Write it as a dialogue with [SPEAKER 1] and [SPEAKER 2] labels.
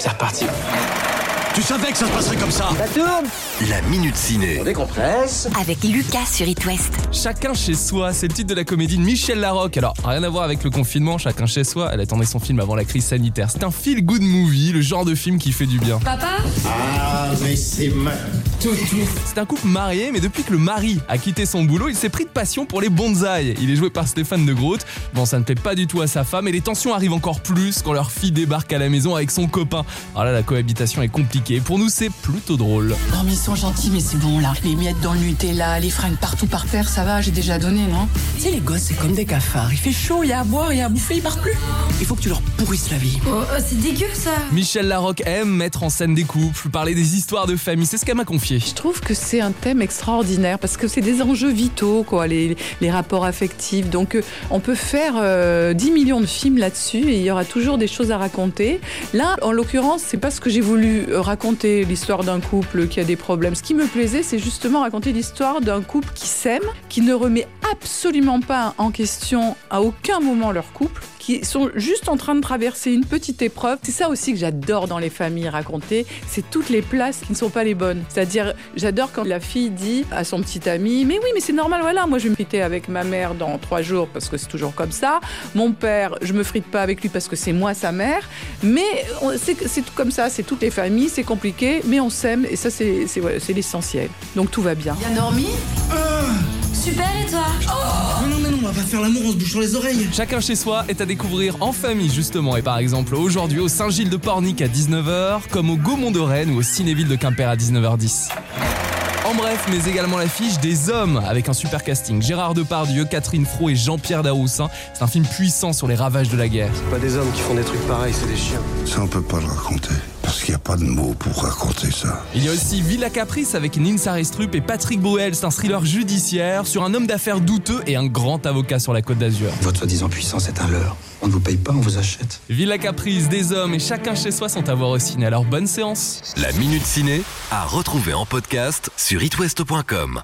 [SPEAKER 1] C'est reparti.
[SPEAKER 2] Tu savais que ça se passerait comme ça
[SPEAKER 3] Ça tourne
[SPEAKER 4] La Minute Ciné.
[SPEAKER 3] On décompresse.
[SPEAKER 5] Avec Lucas sur It West.
[SPEAKER 6] Chacun chez soi, c'est le titre de la comédie de Michel Larocque. Alors, rien à voir avec le confinement, chacun chez soi, elle attendait son film avant la crise sanitaire. C'est un feel good movie, le genre de film qui fait du bien.
[SPEAKER 7] Papa
[SPEAKER 8] Ah, mais c'est ma
[SPEAKER 6] C'est un couple marié, mais depuis que le mari a quitté son boulot, il s'est pris de passion pour les bonsaïs. Il est joué par Stéphane de Groot. Bon, ça ne plaît pas du tout à sa femme, et les tensions arrivent encore plus quand leur fille débarque à la maison avec son copain. Alors là, la cohabitation est compliquée. Pour nous, c'est plutôt drôle.
[SPEAKER 9] Non mais ils sont gentils mais c'est bon là. Les miettes dans le Nutella, les fringues partout par terre, ça va, j'ai déjà donné, non Tu sais les gosses c'est comme des cafards. Il fait chaud, il y a à boire, il y a à bouffer, ils partent plus. Il faut que tu leur pourrisses la vie.
[SPEAKER 7] Oh, oh, c'est dégueu ça
[SPEAKER 6] Michel Larocque aime mettre en scène des couples, parler des histoires de famille, c'est ce qu'elle m'a confié.
[SPEAKER 10] Je trouve que c'est un thème extraordinaire parce que c'est des enjeux vitaux, quoi, les, les rapports affectifs. Donc euh, on peut faire euh, 10 millions de films là-dessus et il y aura toujours des choses à raconter. Là, en l'occurrence, c'est pas ce que j'ai voulu euh, raconter, l'histoire d'un couple qui a des problèmes. Ce qui me plaisait, c'est justement raconter l'histoire d'un couple qui s'aime, qui ne remet absolument pas en question à aucun moment leur couple, qui sont juste en train de traverser une petite épreuve. C'est ça aussi que j'adore dans les familles racontées, c'est toutes les places qui ne sont pas les bonnes. C'est-à-dire, j'adore quand la fille dit à son petit ami, mais oui, mais c'est normal, voilà, moi je vais me friter avec ma mère dans trois jours parce que c'est toujours comme ça. Mon père, je me frite pas avec lui parce que c'est moi sa mère. Mais on- c'est c'est tout comme ça, c'est toutes les familles, c'est compliqué, mais on s'aime et ça c'est c'est- ouais, c'est l'essentiel. Donc tout va bien.
[SPEAKER 9] Bien dormi
[SPEAKER 7] Super et toi
[SPEAKER 8] Ah Non, non, mais non, on va pas faire l'amour en se bouchant les oreilles.
[SPEAKER 6] Chacun chez soi est à découvrir en famille justement et par exemple aujourd'hui au Saint-Gilles de Pornic à 19h comme au Gaumont de Rennes ou au Cinéville de Quimper à 19h10. En bref, mais également l'affiche des hommes avec un super casting Gérard Depardieu, Catherine Fro et Jean-Pierre Daroussin. C'est un film puissant sur les ravages de la guerre.
[SPEAKER 11] Pas des hommes qui font des trucs pareils, c'est des chiens.
[SPEAKER 12] Ça, on peut pas le raconter. Parce qu'il n'y a pas de mots pour raconter ça.
[SPEAKER 6] Il y a aussi Villa Caprice avec Ninsa Restrup et Patrick Boel. C'est un thriller judiciaire sur un homme d'affaires douteux et un grand avocat sur la Côte d'Azur.
[SPEAKER 2] Votre soi-disant puissance est un leurre. On ne vous paye pas, on vous achète.
[SPEAKER 6] Villa Caprice, des hommes et chacun chez soi sont à voir au ciné. Alors bonne séance.
[SPEAKER 4] La Minute Ciné à retrouver en podcast sur itwest.com.